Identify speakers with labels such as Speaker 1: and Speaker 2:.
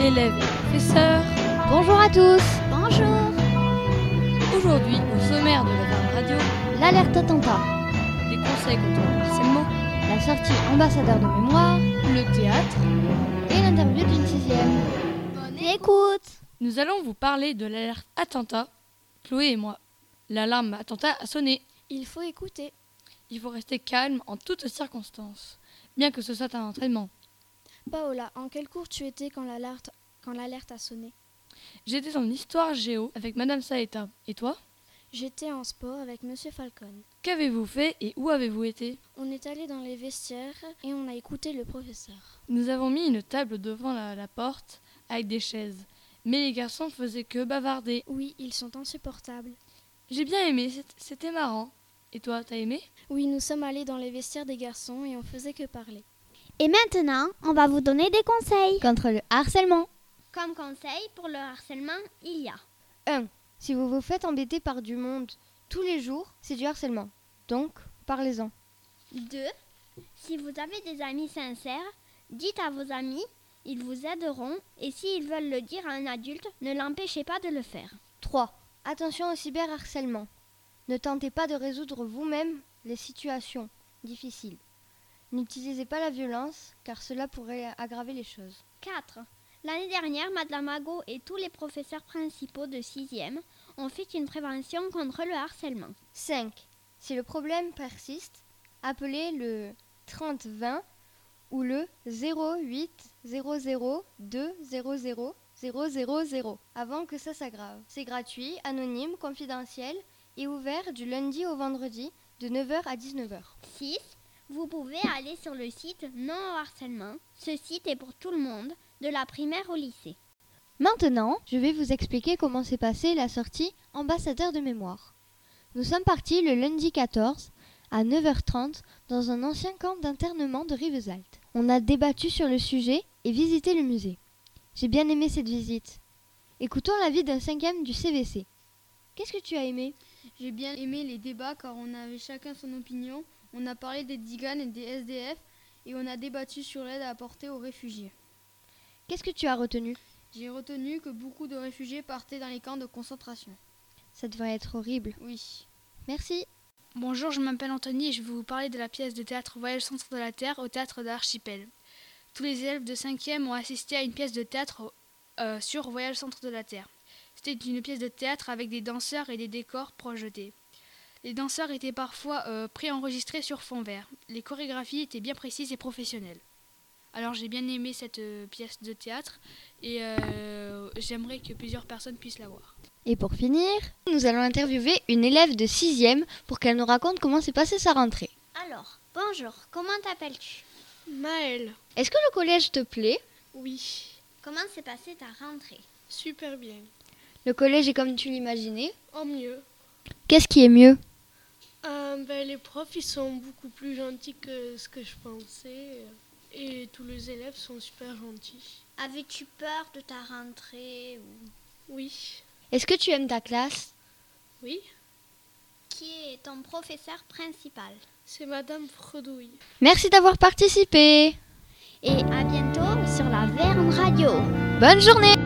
Speaker 1: élèves et professeurs,
Speaker 2: Bonjour à tous. Bonjour.
Speaker 1: aujourd'hui au sommaire de la Verve Radio,
Speaker 2: L'alerte attentat,
Speaker 1: des conseils contre le harcèlement,
Speaker 2: la sortie ambassadeur de mémoire
Speaker 1: le théâtre,
Speaker 2: et l'interview d'une sixième. Bonne écoute.
Speaker 1: nous allons vous parler de l'alerte attentat, Chloé et moi. L'alarme attentat a sonné.
Speaker 2: Il faut écouter.
Speaker 1: Il faut rester calme en toutes circonstances, bien que ce soit un entraînement.
Speaker 3: Paola, en quel cours tu étais quand l'alerte, quand l'alerte a sonné
Speaker 1: J'étais en histoire géo avec Madame Saeta. Et toi
Speaker 3: J'étais en sport avec Monsieur Falcon.
Speaker 1: Qu'avez-vous fait et où avez-vous été
Speaker 3: On est allé dans les vestiaires et on a écouté le professeur.
Speaker 1: Nous avons mis une table devant la, la porte avec des chaises, mais les garçons faisaient que bavarder.
Speaker 3: Oui, ils sont insupportables.
Speaker 1: J'ai bien aimé, c'est- c'était marrant. Et toi, t'as aimé
Speaker 3: Oui, nous sommes allés dans les vestiaires des garçons et on faisait que parler.
Speaker 4: Et maintenant, on va vous donner des conseils.
Speaker 2: Contre le harcèlement.
Speaker 4: Comme conseil pour le harcèlement, il y a.
Speaker 2: 1. Si vous vous faites embêter par du monde tous les jours, c'est du harcèlement. Donc, parlez-en.
Speaker 4: 2. Si vous avez des amis sincères, dites à vos amis, ils vous aideront et s'ils veulent le dire à un adulte, ne l'empêchez pas de le faire.
Speaker 2: 3. Attention au cyberharcèlement. Ne tentez pas de résoudre vous-même les situations difficiles. N'utilisez pas la violence, car cela pourrait aggraver les choses.
Speaker 4: 4. L'année dernière, Madame Ago et tous les professeurs principaux de 6e ont fait une prévention contre le harcèlement.
Speaker 2: 5. Si le problème persiste, appelez le 3020 ou le 08 00 2 00 000 avant que ça s'aggrave. C'est gratuit, anonyme, confidentiel et ouvert du lundi au vendredi de 9h à 19h.
Speaker 4: 6. Vous pouvez aller sur le site Non au harcèlement. Ce site est pour tout le monde, de la primaire au lycée.
Speaker 2: Maintenant, je vais vous expliquer comment s'est passée la sortie Ambassadeur de mémoire. Nous sommes partis le lundi 14 à 9h30 dans un ancien camp d'internement de Rivesaltes. On a débattu sur le sujet et visité le musée. J'ai bien aimé cette visite. Écoutons l'avis d'un cinquième du CVC. Qu'est-ce que tu as aimé
Speaker 5: J'ai bien aimé les débats car on avait chacun son opinion. On a parlé des Digan et des SDF et on a débattu sur l'aide à apporter aux réfugiés.
Speaker 2: Qu'est-ce que tu as retenu
Speaker 5: J'ai retenu que beaucoup de réfugiés partaient dans les camps de concentration.
Speaker 2: Ça devrait être horrible.
Speaker 5: Oui.
Speaker 2: Merci.
Speaker 6: Bonjour, je m'appelle Anthony et je vais vous parler de la pièce de théâtre Voyage au centre de la Terre au théâtre d'Archipel. Tous les élèves de 5e ont assisté à une pièce de théâtre euh, sur Voyage au centre de la Terre. C'était une pièce de théâtre avec des danseurs et des décors projetés. Les danseurs étaient parfois euh, préenregistrés sur fond vert. Les chorégraphies étaient bien précises et professionnelles. Alors j'ai bien aimé cette euh, pièce de théâtre et euh, j'aimerais que plusieurs personnes puissent la voir.
Speaker 2: Et pour finir, nous allons interviewer une élève de 6e pour qu'elle nous raconte comment s'est passée sa rentrée.
Speaker 4: Alors, bonjour, comment t'appelles-tu
Speaker 7: Maël,
Speaker 2: Est-ce que le collège te plaît
Speaker 7: oui,
Speaker 4: Comment s'est passée ta rentrée
Speaker 7: super bien.
Speaker 2: Le collège est comme tu l'imaginais.
Speaker 7: En mieux.
Speaker 2: Qu'est-ce qui est mieux
Speaker 7: Euh, ben, les profs, ils sont beaucoup plus gentils que ce que je pensais. euh, Et tous les élèves sont super gentils.
Speaker 4: Avais-tu peur de ta rentrée ou...
Speaker 7: Oui,
Speaker 2: Est-ce que tu aimes ta classe
Speaker 7: oui,
Speaker 4: Qui est ton professeur principal
Speaker 7: c'est Madame Fredouille.
Speaker 2: Merci d'avoir participé
Speaker 4: Et à bientôt sur la Verne Radio.
Speaker 2: Bonne journée